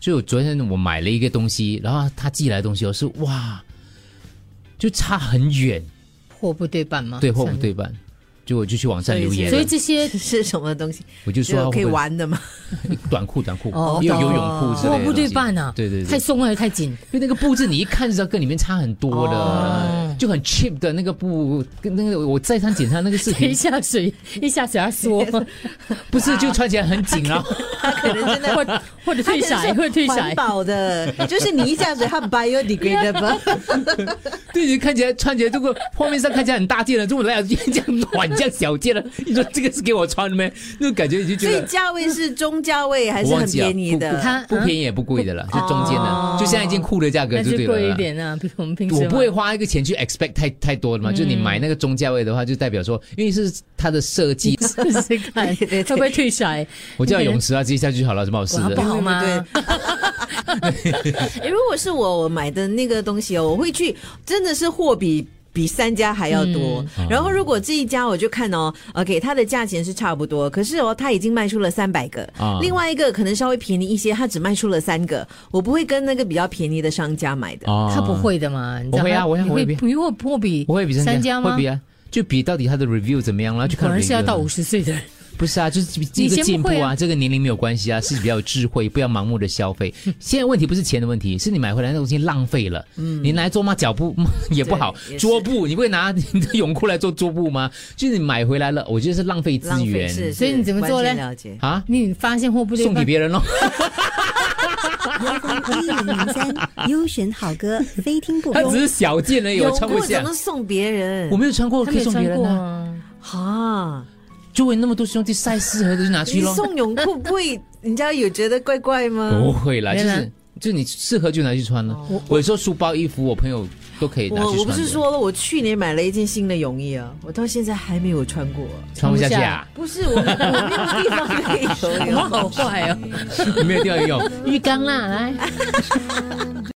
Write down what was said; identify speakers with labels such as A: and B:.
A: 所以我昨天我买了一个东西，然后他寄来的东西，我是哇，就差很远，
B: 货不对半吗？
A: 对货不对半，就我就去网上留言了，
B: 所以这些
C: 是什么东西？
A: 我就说
C: 就可以
A: 会不会
C: 玩 的吗？
A: 短裤短裤
B: 哦，
A: 又有游泳裤之类的
B: 货
A: 东西，
B: 不对半啊，
A: 对对对，
B: 太松了，太紧。
C: 嗯
A: 因为那个布质你一看就知道跟里面差很多的，
B: 哦
A: 就很 cheap 的那个布，跟那个我再三检查那个视
B: 一
A: 频，
B: 下水，一下水要缩，
A: 不是就穿起来很紧 啊，
C: 它可能真的
B: 或或者退色，或者退色。
C: 环保的，就是你一下子它 biodegradable，
A: 对，你看起来穿起来这个画面上看起来很大件了，这么来这 样短这样小件了，你说这个是给我穿的吗？那种感觉你就
C: 所
A: 觉
C: 以
A: 得。
C: 价位是中价位还
A: 我
C: 是
A: 忘
C: 很
A: 记了，啊
C: 便宜
A: 不
C: 的？
B: 它
A: 不不便宜也不贵的了，就中间的，就像一件裤的价格
B: 哦那
A: 就
B: 就
A: 对
B: 贵一
A: 了啦。
B: 点啊，比我们平时
A: 我不会
B: 买
A: 花一个钱去 expect 太太多
B: 嗯
A: 的嘛，就你买那个中价位的话，就代表说，因为是它的设计，
B: 试试看，
C: 对对对
B: 会不会退色？
A: 我叫泳池啊，直接下去就好了，有什么好试
B: 哇
A: 的
B: 不？好吗？
C: 对 诶如果是我我买的那个东西哦，我会去，真的是货比。比三家还要
B: 嗯
C: 多，
A: 嗯
C: 然后如果这一家我就看哦，OK，它的价钱是差不多，可是哦，它已经卖出了三百个，
A: 啊
C: 另外一个可能稍微便宜一些，它只卖出了三个，我不会跟那个比较便宜的商家买的。
A: 哦
B: 他不，会的嘛，你知道
A: 我会啊
B: 吗
A: 我会啊
B: 你
A: 我会
B: 会
A: 比
B: 你会不会比
A: 我会比
B: 三
A: 三
B: 家吗
A: 会比啊，就比到底他的 review 怎么样，然后去
B: 可
A: 看 review 啊。
B: 能是要到五十岁的人，
A: 不是啊，就是这
B: 以
A: 个
B: 前
A: 进
B: 不
A: 步
B: 会
A: 啊，
B: 啊
A: 这个年龄没有关系啊，是比较有智慧，不要盲目的消 费。现在问题不是钱的问题，是你买回来那东西浪费了。嗯，你拿来做抹脚布 也不好
C: 对也，是
A: 桌布你会拿 你的泳裤来做桌布吗？就是你买回来了，我觉得是浪费资
C: 浪费
A: 源
C: 是，
B: 所以你怎么做嘞
C: 呢？了解，
A: 啊，
B: 你发现货不对
A: 送给
B: 半，
A: 别人喽。
D: FM 一零零三，优选好歌，非 听不
A: 它
D: 可
A: 只。是小件而已，我
C: 有
A: 穿不
C: 过
A: 下
C: 怎。么送别
A: 我
C: 人？
A: 没有穿过，
B: 他
A: 可
B: 没
A: 以
B: 有
A: 送别人
B: 穿过
A: 啊。
B: 啊。
C: 哈，
A: 周围那么多兄弟晒适合的就拿去
C: 你
A: 咯。
C: 送泳裤不会，人家有觉得怪怪吗？
A: 不会啦，就
B: 原来
A: 是就你适合就拿去穿了。我有时候书包、衣服，我朋友都可以拿去穿
C: 哦我
A: 的。
C: 我不是说了，我去年买了一件新的泳衣啊，我到现在还没有穿过。
A: 穿不下去啊，
C: 不是我，我没有地方 可以游
B: 我
C: 泳。
B: 好坏哦，
A: 没有地方用。
B: 浴缸啦，来。